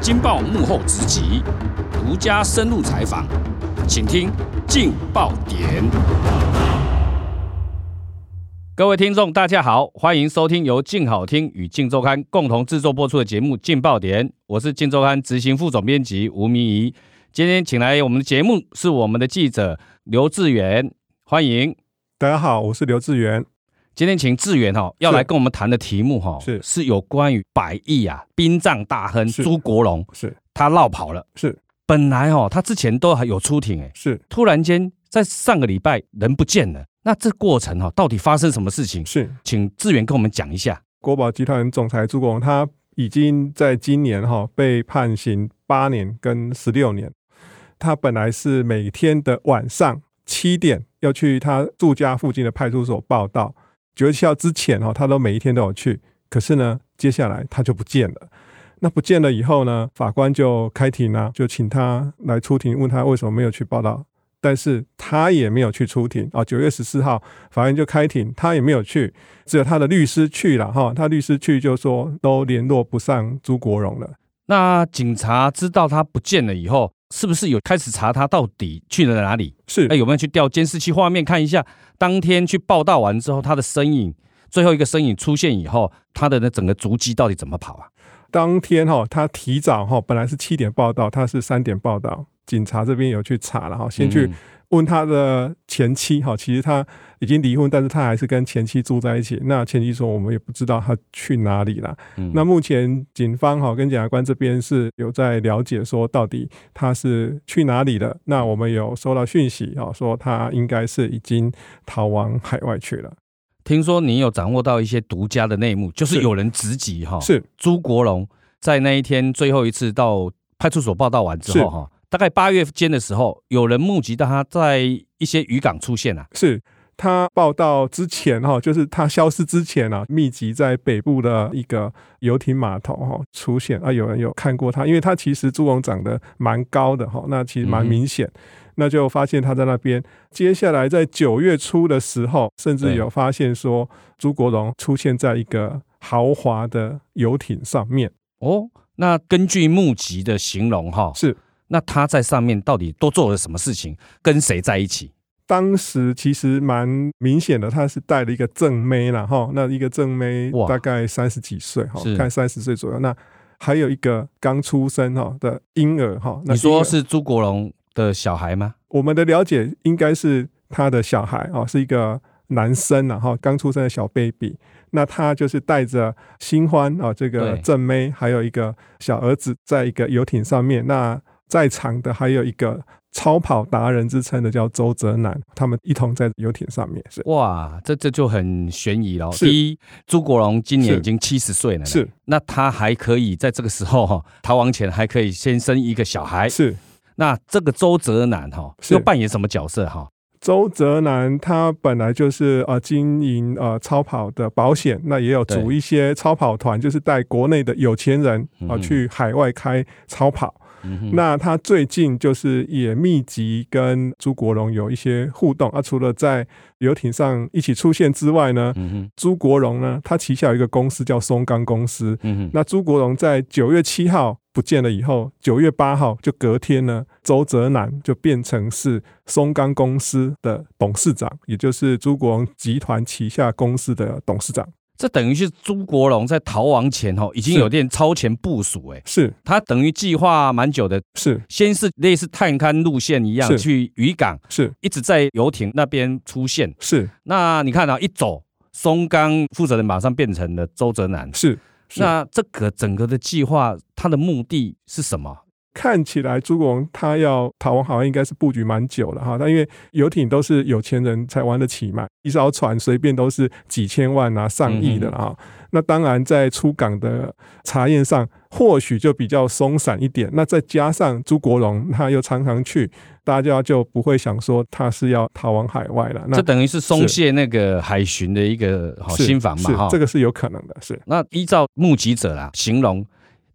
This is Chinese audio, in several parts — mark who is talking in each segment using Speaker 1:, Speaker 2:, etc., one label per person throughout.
Speaker 1: 劲爆幕后直击，独家深入采访，请听《劲爆点》。各位听众，大家好，欢迎收听由劲好听与劲周刊共同制作播出的节目《劲爆点》，我是劲周刊执行副总编辑吴明仪。今天请来我们的节目是我们的记者刘志远，欢迎。
Speaker 2: 大家好，我是刘志源。
Speaker 1: 今天请志远哈、哦、要
Speaker 2: 是
Speaker 1: 来跟我们谈的题目哈、哦、
Speaker 2: 是
Speaker 1: 是有关于百亿啊殡葬大亨
Speaker 2: 是
Speaker 1: 朱国荣
Speaker 2: 是
Speaker 1: 他落跑了。
Speaker 2: 是
Speaker 1: 本来哦他之前都还有出庭诶，
Speaker 2: 是
Speaker 1: 突然间在上个礼拜人不见了。那这过程哈、哦、到底发生什么事情？
Speaker 2: 是，
Speaker 1: 请志远跟我们讲一下。
Speaker 2: 国宝集团总裁朱国荣，他已经在今年哈、被判刑八年跟十六年。他本来是每天的晚上七点要去他住家附近的派出所报到，九月七号之前哈、他都每一天都有去。可是呢，接下来他就不见了。那不见了以后呢，法官就开庭啦、就请他来出庭，问他为什么没有去报道。但是他也没有去出庭啊。九月十四号，法院就开庭，他也没有去，只有他的律师去了哈。他律师去就说都联络不上朱国荣了。
Speaker 1: 那警察知道他不见了以后，是不是有开始查他到底去了哪里？
Speaker 2: 是
Speaker 1: 哎，有没有去调监视器画面看一下？当天去报道完之后，他的身影，最后一个身影出现以后，他的那整个足迹到底怎么跑啊？
Speaker 2: 当天哈，他提早哈，本来是七点报到，他是三点报到。警察这边有去查了哈，先去
Speaker 1: 嗯
Speaker 2: 问他的前妻哈，其实他已经离婚，但是他还是跟前妻住在一起。那前妻说我们也不知道他去哪里啦。
Speaker 1: 嗯
Speaker 2: 那目前警方哈跟检察官这边是有在了解说到底他是去哪里了。那我们有收到讯息哦，说他应该是已经逃往海外去了。
Speaker 1: 听说你有掌握到一些独家的内幕，就是
Speaker 2: 是
Speaker 1: 有人直击哈，
Speaker 2: 是
Speaker 1: 朱国荣在那一天最后一次到派出所报道完之
Speaker 2: 是
Speaker 1: 后哈，大概八月间的时候，有人目击到他在一些渔港出现啊，
Speaker 2: 是。他报道之前哈，就是他消失之前啊，密集在北部的一个游艇码头哈出现啊，有人有看过他，因为他其实朱龙长得蛮高的哈，那其实蛮明显，那就发现他在那边。接下来在九月初的时候，甚至
Speaker 1: 对
Speaker 2: 有发现说朱国荣出现在一个豪华的游艇上面，
Speaker 1: 哦，那根据目击的形容哈，
Speaker 2: 是
Speaker 1: 那他在上面到底都做了什么事情，跟谁在一起？
Speaker 2: 当时其实蛮明显的，他是带了一个正妹啦，哈，那一个正妹
Speaker 1: 哇
Speaker 2: 大概三十几岁哈
Speaker 1: 是，
Speaker 2: 看三十岁左右，那还有一个刚出生哈的婴儿哈，那
Speaker 1: 你
Speaker 2: 婴
Speaker 1: 说
Speaker 2: 儿
Speaker 1: 是朱国荣的小孩吗？
Speaker 2: 我们的了解应该是他的小孩哦，是一个男生然后刚出生的小 baby。那他就是带着新欢啊、哦，这个
Speaker 1: 对
Speaker 2: 正妹，还有一个小儿子，在一个游艇上面。那在场的还有一个超跑达人之称的叫周泽南，他们一同在游艇上面是
Speaker 1: 哇，这这就很悬疑了。哦
Speaker 2: 是
Speaker 1: 第一，朱国荣今年
Speaker 2: 是
Speaker 1: 已经七十岁了，
Speaker 2: 是，
Speaker 1: 那他还可以在这个时候哈，逃亡前还可以先生一个小孩。
Speaker 2: 是
Speaker 1: 那这个周泽南哈，
Speaker 2: 是
Speaker 1: 又扮演什么角色哈？
Speaker 2: 周泽南他本来就是呃经营呃超跑的保险，那也有组
Speaker 1: 对
Speaker 2: 一些超跑团，就是带国内的有钱人
Speaker 1: 嗯
Speaker 2: 啊、
Speaker 1: 哼
Speaker 2: 去海外开超跑。
Speaker 1: 嗯哼
Speaker 2: 那他最近就是也密集跟朱国荣有一些互动啊，除了在游艇上一起出现之外呢，
Speaker 1: 嗯哼
Speaker 2: 朱国荣呢，他旗下有一个公司叫松冈公司。
Speaker 1: 嗯哼，
Speaker 2: 那朱国荣在九月七号不见了以后，九月八号就隔天呢，周泽南就变成是松冈公司的董事长，也就是朱国荣集团旗下公司的董事长。
Speaker 1: 这等于是朱国荣在逃亡前哈，已经
Speaker 2: 是
Speaker 1: 有点超前部署哎。
Speaker 2: 是
Speaker 1: 他等于计划蛮久的，
Speaker 2: 是
Speaker 1: 先是类似探勘路线一样
Speaker 2: 是
Speaker 1: 去渔港，
Speaker 2: 是
Speaker 1: 一直在游艇那边出现。
Speaker 2: 是
Speaker 1: 那你看啊，一走，松冈负责人马上变成了周泽南。
Speaker 2: 是，是
Speaker 1: 那这个整个的计划，它的目的是什么？
Speaker 2: 看起来朱国荣他要逃亡，好像应该是布局蛮久了哈。但因为游艇都是有钱人才玩得起嘛，一艘船随便都是几千万啊、上亿
Speaker 1: 嗯
Speaker 2: 的了哈。那当然，在出港的查验上，或许就比较松散一点。那再加上朱国荣他又常常去，大家就不会想说他是要逃往海外了。那
Speaker 1: 这等于是松懈那个海巡的一个好
Speaker 2: 是
Speaker 1: 新房嘛
Speaker 2: 是
Speaker 1: 哈。
Speaker 2: 这个是有可能的，是
Speaker 1: 那依照目击者啦形容，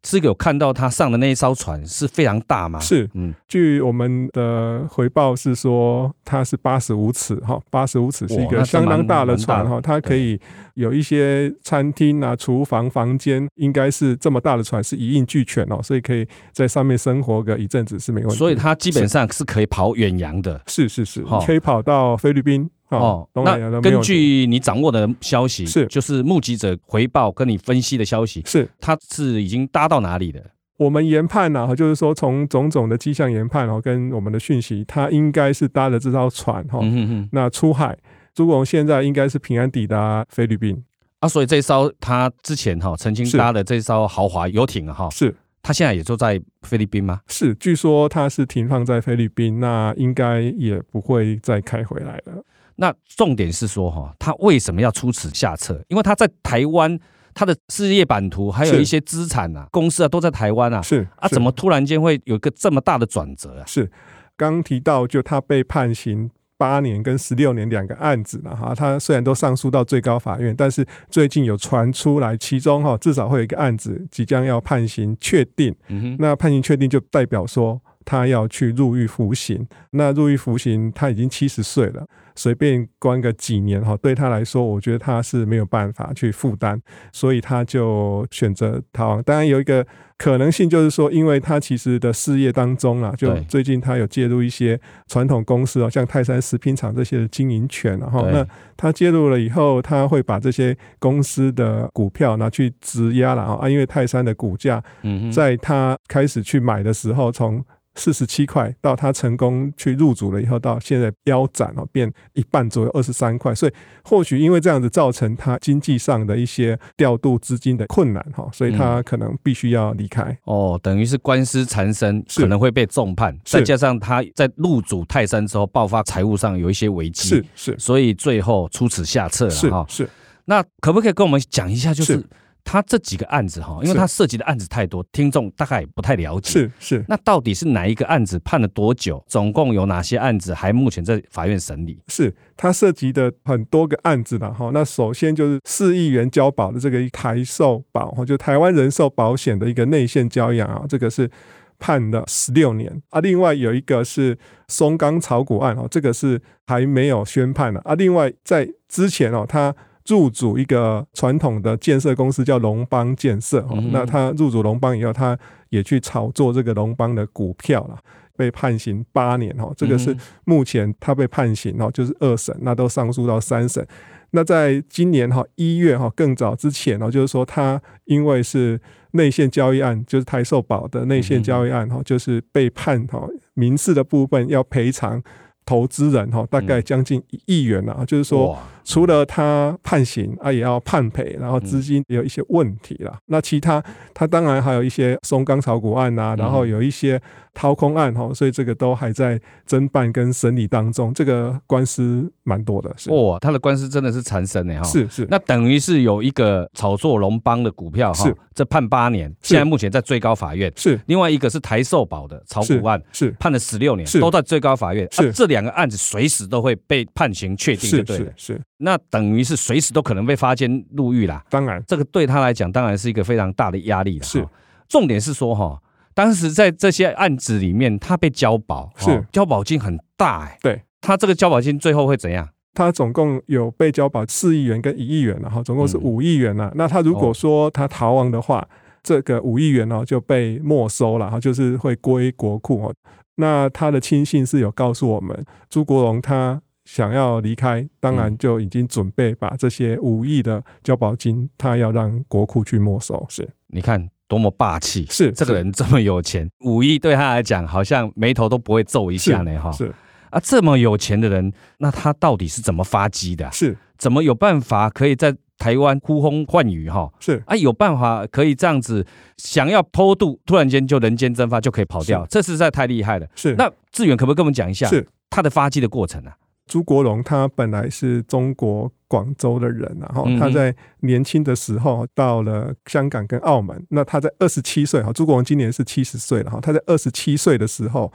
Speaker 1: 是有看到他上的那一艘船是非常大吗？，
Speaker 2: 是，
Speaker 1: 嗯，
Speaker 2: 据我们的回报是说，它是八十五尺哈，八十五尺是一
Speaker 1: 哇那
Speaker 2: 个
Speaker 1: 是
Speaker 2: 相当
Speaker 1: 蛮
Speaker 2: 大的
Speaker 1: 蛮大
Speaker 2: 船
Speaker 1: 的
Speaker 2: 哈，它可以有一些餐厅啊、厨房、房间，应该是这么大的船是一应俱全哦，所以可以在上面生活个一阵子是没问题。
Speaker 1: 所以它基本上是可以跑远洋的。
Speaker 2: 是是是，
Speaker 1: 哦
Speaker 2: 你可以跑到菲律宾哦
Speaker 1: 哦，，
Speaker 2: 东南亚
Speaker 1: 那
Speaker 2: 都没有
Speaker 1: 根
Speaker 2: 问题。
Speaker 1: 据你掌握的消息，
Speaker 2: 是
Speaker 1: 就是目击者回报跟你分析的消息，
Speaker 2: 是
Speaker 1: 它是已经搭到哪里了？
Speaker 2: 我们研判呢、啊，就是说从种种的迹象研判哦，跟我们的讯息，它应该是搭了这艘船哈、
Speaker 1: 嗯哼哼，
Speaker 2: 那出海，朱拱现在应该是平安抵达菲律宾，
Speaker 1: 啊，所以这艘他之前哈、曾经
Speaker 2: 是
Speaker 1: 搭的这艘豪华游艇啊哈、
Speaker 2: 是
Speaker 1: 他现在也就在菲律宾吗？
Speaker 2: 是，据说它是停放在菲律宾，那应该也不会再开回来了。
Speaker 1: 那重点是说哈，他为什么要出此下策？因为他在台湾，他的事业版图还有
Speaker 2: 是
Speaker 1: 一些资产啊、公司啊都在台湾啊，
Speaker 2: 是
Speaker 1: 啊，
Speaker 2: 是
Speaker 1: 怎么突然间会有一个这么大的转折啊？
Speaker 2: 是，刚提到就他被判刑八年跟十六年两个案子了哈，他虽然都上诉到最高法院，但是最近有传出来，其中哈至少会有一个案子即将要判刑确定，
Speaker 1: 嗯哼，
Speaker 2: 那判刑确定就代表说。他要去入狱服刑，那入狱服刑他已经七十岁了，随便关个几年哈，对他来说，我觉得他是没有办法去负担，所以他就选择逃亡。当然有一个可能性，就是说，因为他其实的事业当中啦，就
Speaker 1: 对
Speaker 2: 最近他有介入一些传统公司哦，像泰山食品厂这些的经营权然后
Speaker 1: 对
Speaker 2: 那他介入了以后，他会把这些公司的股票拿去质押了啊，因为泰山的股价
Speaker 1: 嗯哼，
Speaker 2: 在他开始去买的时候，从四十七块到他成功去入主了以后，到现在腰斩哦，变一半左右，二十三块。所以或许因为这样子造成他经济上的一些调度资金的困难哈，所以他可能必须要离开。
Speaker 1: 哦，等于是官司缠身，
Speaker 2: 是
Speaker 1: 可能会被重判，
Speaker 2: 是
Speaker 1: 再加上他在入主泰山之后爆发财务上有一些危机，
Speaker 2: 是是
Speaker 1: 所以最后出此下策了
Speaker 2: 是
Speaker 1: 啊哈。
Speaker 2: 是
Speaker 1: 那可不可以跟我们讲一下，就是
Speaker 2: 是
Speaker 1: 他这几个案子哈，因为
Speaker 2: 是
Speaker 1: 他涉及的案子太多，听众大概也不太了解。
Speaker 2: 是是
Speaker 1: 那到底是哪一个案子判了多久？总共有哪些案子还目前在法院审理？
Speaker 2: 是，他涉及的很多个案子了哈。那首先就是四亿元交保的这个台寿保哈，就台湾人寿保险的一个内线交易啊，这个是判了十六年啊。另外有一个是松冈炒股案哦，这个是还没有宣判的啊。另外在之前哦，他。入主一个传统的建设公司叫龙邦建设哦，
Speaker 1: 嗯
Speaker 2: 那他入主龙邦以后，他也去炒作这个龙邦的股票了，被判刑八年哦，这个是
Speaker 1: 嗯
Speaker 2: 目前他被判刑哦，就是二审，那都上诉到三审。那在今年哈一月哈更早之前哦，就是说他因为是内线交易案，就是台寿保的内线交易案哈，就是被判哈民事的部分要赔偿投资人哈，大概将近一亿元啊，就是说
Speaker 1: 哇
Speaker 2: 除了他判刑啊，也要判赔，然后资
Speaker 1: 嗯
Speaker 2: 金也有一些问题啦。那其他他当然还有一些松冈炒股案
Speaker 1: 嗯
Speaker 2: 呐、然后有一些掏空案哈，所以这个都还在侦办跟审理当中，这个官司蛮多的，是、
Speaker 1: 哇，他的官司真的是缠身呢哈。，
Speaker 2: 是是
Speaker 1: 哦那等于是有一个炒作龙邦的股票哈
Speaker 2: 是，
Speaker 1: 这判八年，
Speaker 2: 是
Speaker 1: 现在目前在最高法院。
Speaker 2: 是
Speaker 1: 另外一个是台寿保的炒股案，
Speaker 2: 是
Speaker 1: 判了十六年，
Speaker 2: 是
Speaker 1: 都在最高法院。
Speaker 2: 是
Speaker 1: 啊这两个案子随时都会被判刑确定，就是对了
Speaker 2: 是。是，
Speaker 1: 那等于是随时都可能被发监入狱啦。
Speaker 2: 当然
Speaker 1: 这个对他来讲当然是一个非常大的压力了。
Speaker 2: 是
Speaker 1: 哈，重点是说哈，当时在这些案子里面，他被交保，哈
Speaker 2: 是
Speaker 1: 交保金很大哎、
Speaker 2: 对，
Speaker 1: 他这个交保金最后会怎样？
Speaker 2: 他总共有被交保四亿元跟一亿元然后总共是
Speaker 1: 嗯哦
Speaker 2: 五亿元呐、那他如果说他逃亡的话，这个五亿元哦就被没收了，哈，就是会归国库哦。那他的亲信是有告诉我们，朱国荣他想要离开，当
Speaker 1: 嗯
Speaker 2: 然就已经准备把这些五亿的交保金，他要让国库去没收。是
Speaker 1: 你看多么霸气！
Speaker 2: 是，
Speaker 1: 这个人这么有钱，五亿对他来讲好像眉头都不会皱一下呢哈。
Speaker 2: 是
Speaker 1: 啊，这么有钱的人，那他到底是怎么发迹的啊、
Speaker 2: 是
Speaker 1: 怎么有办法可以在台湾呼风唤雨哈？
Speaker 2: 是
Speaker 1: 啊，有办法可以这样子，想要偷渡，突然间就人间蒸发就可以跑掉，
Speaker 2: 是
Speaker 1: 这实在太厉害了。
Speaker 2: 是，
Speaker 1: 那志远可不可以跟我们讲一下
Speaker 2: 是
Speaker 1: 他的发迹的过程啊？
Speaker 2: 朱国荣他本来是中国广州的人、啊，然后
Speaker 1: 嗯哼
Speaker 2: 他在年轻的时候到了香港跟澳门。那他在二十七岁，哈，朱国荣今年是七十岁了，哈，他在二十七岁的时候。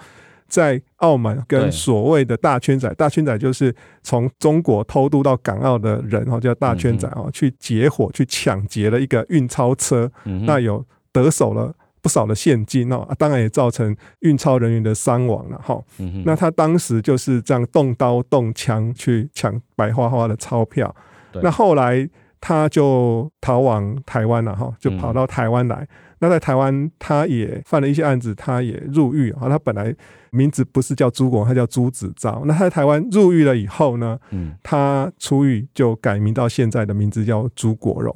Speaker 2: 在澳门
Speaker 1: 对
Speaker 2: 跟所谓的大圈仔，大圈仔就是从中国偷渡到港澳的人哦，叫
Speaker 1: 嗯
Speaker 2: 大圈仔哦，去劫火、去抢劫了一个运钞车，
Speaker 1: 嗯哼
Speaker 2: 那有得手了不少的现金哦、啊，当然也造成运钞人员的伤亡了哈、
Speaker 1: 嗯哼
Speaker 2: 那他当时就是这样动刀动枪去抢白花花的钞票
Speaker 1: 对。
Speaker 2: 那后来他就逃往台湾了哈，就跑到台湾来。
Speaker 1: 嗯
Speaker 2: 那在台湾，他也犯了一些案子，他也入狱啊。他本来名字不是叫朱国荣，他叫朱子昭。那他在台湾入狱了以后呢，
Speaker 1: 嗯，
Speaker 2: 他出狱就改名到现在的名字叫朱国荣。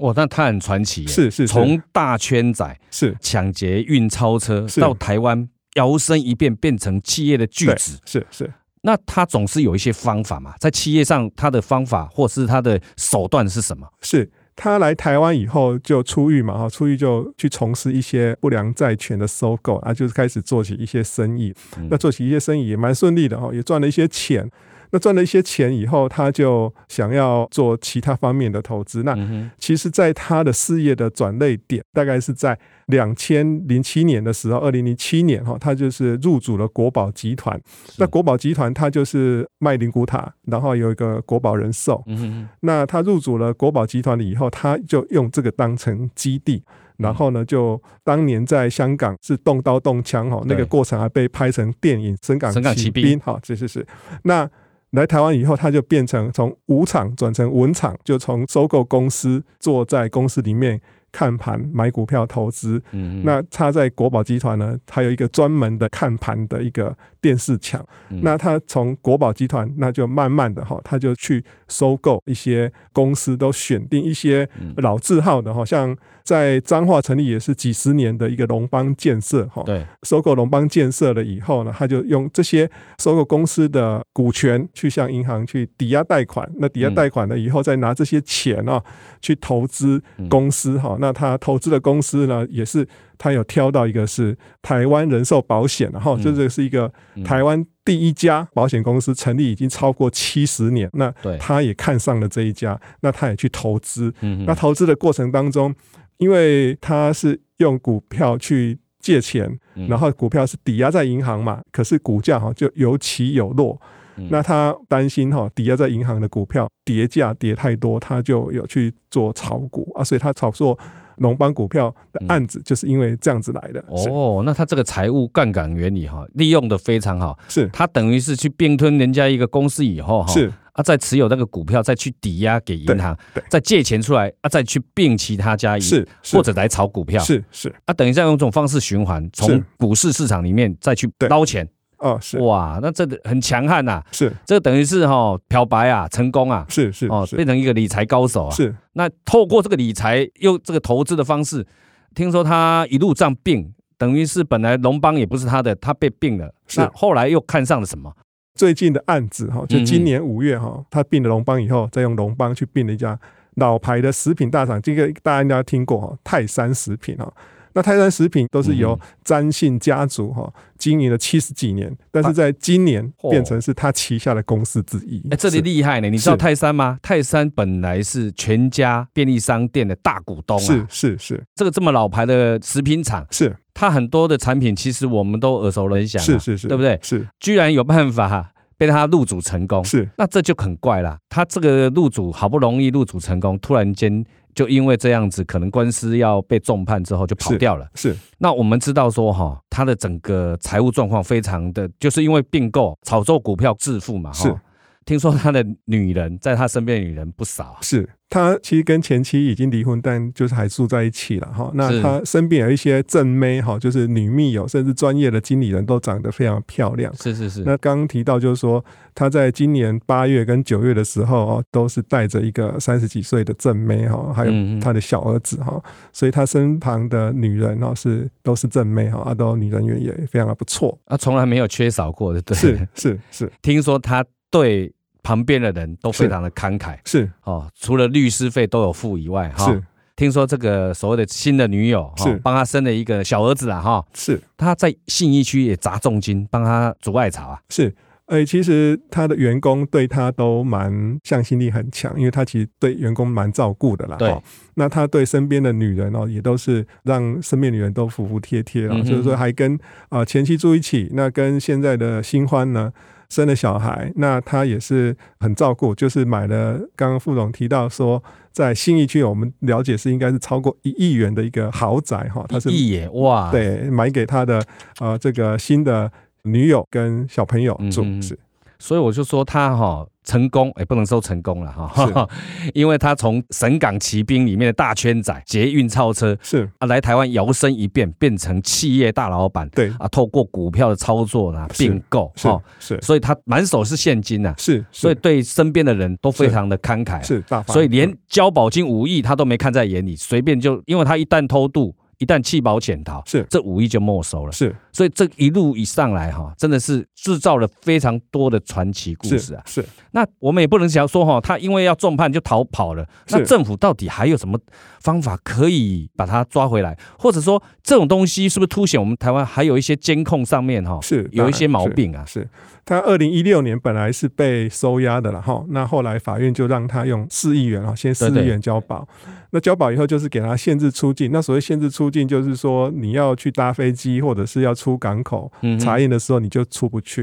Speaker 1: 哇，那他很传奇耶，
Speaker 2: 是是是
Speaker 1: 从大圈仔
Speaker 2: 是
Speaker 1: 抢劫运钞车
Speaker 2: 是
Speaker 1: 到台湾。摇身一变，变成企业的巨
Speaker 2: 对
Speaker 1: 子。
Speaker 2: 是是
Speaker 1: 那他总是有一些方法嘛，在企业上，他的方法或是他的手段是什么？
Speaker 2: 是。他来台湾以后就出狱嘛，哈，出狱就去从事一些不良债权的收购啊，就是开始做起一些生意。
Speaker 1: 嗯
Speaker 2: 那做起一些生意也蛮顺利的哦，也赚了一些钱。那赚了一些钱以后，他就想要做其他方面的投资。那
Speaker 1: 嗯哼，
Speaker 2: 其实，在他的事业的转类点，大概是在两千零七年的时候，二零零七年哈，他就是入主了国宝集团。那国宝集团它就是卖灵骨塔，然后有一个国宝人寿。
Speaker 1: 嗯哼，
Speaker 2: 那他入主了国宝集团了以后，他就用这个当成基地，
Speaker 1: 嗯
Speaker 2: 然后呢，就当年在香港是动刀动枪哈，
Speaker 1: 对
Speaker 2: 那个过程还被拍成电影《深港
Speaker 1: 深港奇
Speaker 2: 奇
Speaker 1: 兵
Speaker 2: 兵》哈，是是是。那来台湾以后，他就变成从武场转成文场，就从收购公司坐在公司里面看盘、买股票、投资。
Speaker 1: 嗯哼，
Speaker 2: 那他在国宝集团呢，还有一个专门的看盘的一个电视墙。
Speaker 1: 嗯
Speaker 2: 那他从国宝集团，那就慢慢的哈，他就去收购一些公司，都选定一些
Speaker 1: 嗯
Speaker 2: 老字号的哈，像在彰化成立也是几十年的一个龙邦建设哈。
Speaker 1: 对，
Speaker 2: 收购龙邦建设了以后呢，他就用这些收购公司的股权去向银行去抵押贷款。那抵押贷款了以后，再拿这些钱啊、去投资公司
Speaker 1: 嗯
Speaker 2: 哈、那他投资的公司呢，也是他有挑到一个是台湾人寿保险啊哈、
Speaker 1: 嗯
Speaker 2: 就这是一个台湾第一家保险公司，成立已经超过七十年。那
Speaker 1: 对
Speaker 2: 他也看上了这一家，那他也去投资。
Speaker 1: 嗯哼
Speaker 2: 那投资的过程当中，因为他是用股票去借钱
Speaker 1: 嗯，
Speaker 2: 然后股票是抵押在银行嘛，可是股价哈就有起有落
Speaker 1: 嗯。
Speaker 2: 那他担心哈抵押在银行的股票跌价跌太多，他就有去做炒股啊，所以他炒作农邦股票的案子就是因为这样子来的。
Speaker 1: 哦，那他这个财务杠杆原理哈，利用的非常好，
Speaker 2: 是
Speaker 1: 他等于是去并吞人家一个公司以后哈，
Speaker 2: 是是
Speaker 1: 啊，再持有那个股票，再去抵押给银行
Speaker 2: 对，
Speaker 1: 再借钱出来啊，再去并其他家银，
Speaker 2: 是
Speaker 1: 哎
Speaker 2: 是，
Speaker 1: 或者来炒股票，
Speaker 2: 是是
Speaker 1: 啊，等于再用这种方式循环，从股市市场里面再去
Speaker 2: 对
Speaker 1: 捞钱，
Speaker 2: 哦是
Speaker 1: 哇，那这个很强悍呐，
Speaker 2: 是
Speaker 1: 这等于是哈漂白啊，成功啊，
Speaker 2: 是是
Speaker 1: 哦，
Speaker 2: 是
Speaker 1: 变成一个理财高手啊，
Speaker 2: 是
Speaker 1: 那透过这个理财又这个投资的方式，听说他一路这样病，等于是本来龙邦也不是他的，他被病了。
Speaker 2: 是
Speaker 1: 那后来又看上了什么？
Speaker 2: 最近的案子哈，就
Speaker 1: 嗯嗯
Speaker 2: 今年五月哈，他并了龙邦以后，再用龙邦去并了一家老牌的食品大厂，这个大家应该听过哈，泰山食品哈。那泰山食品都是由
Speaker 1: 嗯
Speaker 2: 詹姓家族哈经营了七十几年，但是在今年
Speaker 1: 哦
Speaker 2: 变成是他旗下的公司之一。
Speaker 1: 哎，这里
Speaker 2: 是
Speaker 1: 厉害呢！你知道
Speaker 2: 是
Speaker 1: 泰山吗？泰山本来是全家便利商店的大股东
Speaker 2: 是
Speaker 1: 啊，
Speaker 2: 是是
Speaker 1: 这个这么老牌的食品厂，
Speaker 2: 是
Speaker 1: 它很多的产品其实我们都耳熟能详、啊，
Speaker 2: 是是是，
Speaker 1: 对不对？
Speaker 2: 是
Speaker 1: 居然有办法被他入主成功，
Speaker 2: 是
Speaker 1: 那这就很怪啦。他这个入主好不容易入主成功，突然间就因为这样子，可能官司要被重判之后就跑掉了。
Speaker 2: 是
Speaker 1: 那我们知道说哈，他的整个财务状况非常的，就是因为并购炒作股票致富嘛。
Speaker 2: 是
Speaker 1: 哈，听说他的女人在他身边的女人不少啊。
Speaker 2: 是，他其实跟前妻已经离婚，但就是还住在一起了哈。那
Speaker 1: 是
Speaker 2: 他身边有一些正妹哈，就是女密友，甚至专业的经理人都长得非常漂亮。
Speaker 1: 是是是，
Speaker 2: 那刚刚提到就是说，他在今年八月跟九月的时候哦，都是带着一个三十几岁的正妹哈，还
Speaker 1: 嗯嗯
Speaker 2: 有他的小儿子哈，所以他身旁的女人哦是都是正妹哈，啊都女人缘也非常的不错。
Speaker 1: 啊，从来没有缺少过的。对，
Speaker 2: 是是是
Speaker 1: 听说他对旁边的人都非常的慷慨
Speaker 2: 是
Speaker 1: 哦，除了律师费都有付以外，哈、
Speaker 2: 是
Speaker 1: 听说这个所谓的新的女友哈
Speaker 2: 是，
Speaker 1: 帮他生了一个小儿子啊哈，
Speaker 2: 是
Speaker 1: 他在信义区也砸重金帮他煮艾草啊，
Speaker 2: 是。哎，其实他的员工对他都蛮向心力很强，因为他其实对员工蛮照顾的啦。
Speaker 1: 对
Speaker 2: 哦那他对身边的女人哦，也都是让身边女人都服服帖帖啊，
Speaker 1: 嗯哼
Speaker 2: 就是说还跟啊、呃前妻住一起，那跟现在的新欢呢，生了小孩，那他也是很照顾，就是买了。刚刚副总提到说，在信义区，我们了解是应该是超过一亿元的一个豪宅哈，他是
Speaker 1: 一眼哇，，
Speaker 2: 对买给他的呃这个新的女友跟小朋友住
Speaker 1: 嗯哼
Speaker 2: 是
Speaker 1: 所以我就说他哈、成功，哎也、不能说成功了哈， 因为他从神港骑兵里面的大圈仔捷运超车
Speaker 2: 是，
Speaker 1: 啊，来台湾摇身一变，变成企业大老板
Speaker 2: 对，
Speaker 1: 啊，透过股票的操作啦、
Speaker 2: 是
Speaker 1: 并购
Speaker 2: 是
Speaker 1: 哦，
Speaker 2: 是
Speaker 1: 所以他满手是现金呐、啊，
Speaker 2: 是，
Speaker 1: 所以
Speaker 2: 是
Speaker 1: 对身边的人都非常的慷慨啊、
Speaker 2: 是大方，
Speaker 1: 所以连交保金五亿他都没看在眼里，随便就，因为他一旦偷渡，一旦弃保潜逃，
Speaker 2: 是
Speaker 1: 这五亿就没收了。
Speaker 2: 是
Speaker 1: 所以这一路一上来哈，真的是制造了非常多的传奇故
Speaker 2: 是
Speaker 1: 事啊。
Speaker 2: 是
Speaker 1: 那我们也不能想说哈，他因为要重判就逃跑了，
Speaker 2: 是
Speaker 1: 那政府到底还有什么方法可以把他抓回来？或者说这种东西是不是凸显我们台湾还有一些监控上面哈
Speaker 2: 是
Speaker 1: 有一些毛。
Speaker 2: 当然是
Speaker 1: 病啊？
Speaker 2: 是他二零一六年本来是被收押的了哈，那后来法院就让他用四亿元啊，先四
Speaker 1: 对对
Speaker 2: 亿元交保。那交保以后就是给他限制出境。那所谓限制出境，就是说你要去搭飞机或者是要出港口
Speaker 1: 嗯哼
Speaker 2: 查验的时候你就出不去。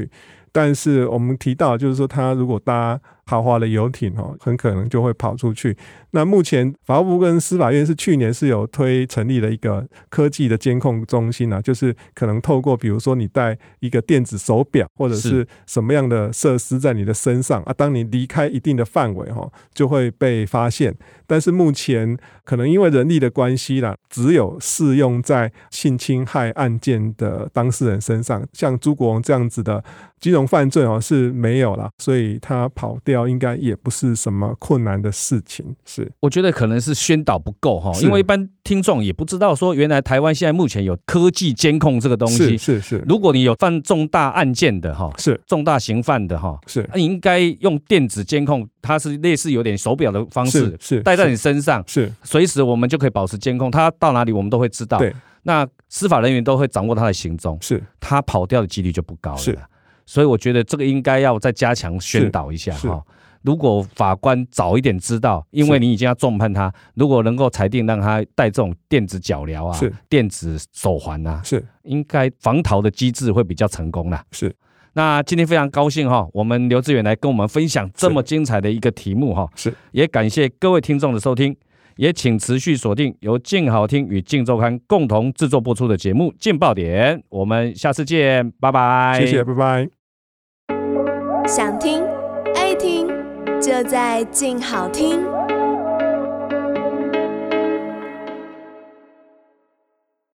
Speaker 2: 但是我们提到，就是说他如果搭豪华的游艇哦，很可能就会跑出去。那目前法务部跟司法院是去年是有推成立了一个科技的监控中心啊，就是可能透过比如说你戴一个电子手表或者是
Speaker 1: 是
Speaker 2: 什么样的设施在你的身上啊，当你离开一定的范围哈，就会被发现。但是目前可能因为人力的关系啦，只有适用在性侵害案件的当事人身上，像朱国荣这样子的金融犯罪哦是没有啦，所以他跑掉应该也不是什么困难的事情，是
Speaker 1: 我觉得可能是宣导不够哈，
Speaker 2: 是
Speaker 1: 因为一般听众也不知道说，原来台湾现在目前有科技监控这个东
Speaker 2: 是
Speaker 1: 西。
Speaker 2: 是是
Speaker 1: 如果你有犯重大案件的哈，
Speaker 2: 是
Speaker 1: 重大刑犯的哈，
Speaker 2: 是
Speaker 1: 那你应该用电子监控，它是类似有点手表的方式
Speaker 2: 是是
Speaker 1: 戴在你身上，
Speaker 2: 是
Speaker 1: 随时我们就可以保持监控，他到哪里我们都会知道。
Speaker 2: 对，
Speaker 1: 那司法人员都会掌握他的行踪，
Speaker 2: 是
Speaker 1: 他跑掉的几率就不高了
Speaker 2: 是
Speaker 1: 啦。所以我觉得这个应该要再加强宣导一下
Speaker 2: 是是
Speaker 1: 哈。如果法官早一点知道，因为
Speaker 2: 是
Speaker 1: 你已经要重判他，如果能够裁定让他戴这种电子脚镣啊
Speaker 2: 是、
Speaker 1: 电子手环啊，
Speaker 2: 是
Speaker 1: 应该防逃的机制会比较成功啦。
Speaker 2: 是，
Speaker 1: 那今天非常高兴哈、我们刘志远来跟我们分享这么精彩的一个题目哈、
Speaker 2: 是
Speaker 1: 也感谢各位听众的收听，也请持续锁定由静好听与静周刊共同制作播出的节目《劲爆点》，我们下次见，拜拜，
Speaker 2: 谢谢，拜拜。
Speaker 3: 想听爱听，就在静好听。